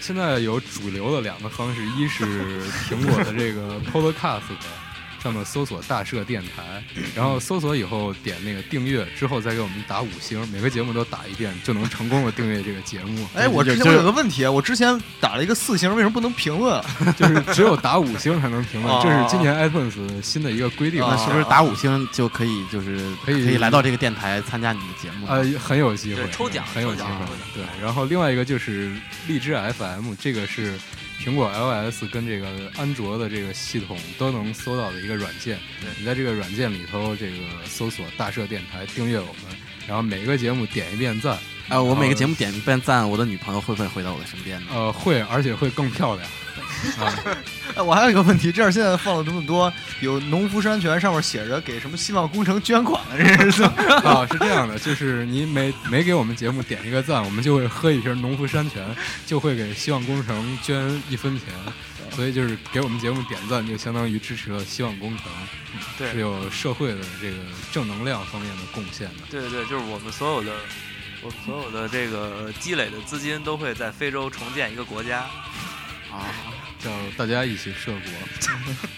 现在有主流的两个方式，一是苹果的这个 Podcast 的上面搜索“大社电台”，然后搜索以后点那个订阅，之后再给我们打五星，每个节目都打一遍，就能成功的订阅这个节目。哎，我嗯就之前就我有个问题，我之前打了一个四星，为什么不能评论？ 就是只有打五星才能评论，哦这是今年 iTunes 新的一个规定。哦那是不是打五星就可以，就是啊可以来到这个电台参加你的节目？呃，很有机会嗯对，抽奖很有机抽奖会抽奖。对，然后另外一个就是荔枝 FM，这个是苹果 iOS 跟这个安卓的这个系统都能搜到的一个软件。对你在这个软件里头，这个搜索“大社电台”，订阅我们，然后每个节目点一遍赞，啊，我每个节目点一遍赞，我的女朋友会不会回到我的身边呢？呃，会，而且会更漂亮。啊，哎，我还有一个问题，这儿现在放了这么多有农夫山泉上面写着给什么希望工程捐款的，这是怎么？ 啊，是这样的，就是你每每给我们节目点一个赞，我们就会喝一瓶农夫山泉，就会给希望工程捐一分钱，所以就是给我们节目点赞，就相当于支持了希望工程，对是有社会的这个正能量方面的贡献的。对对对，就是我们所有的，我们所有的这个积累的资金都会在非洲重建一个国家。啊。叫大家一起社国。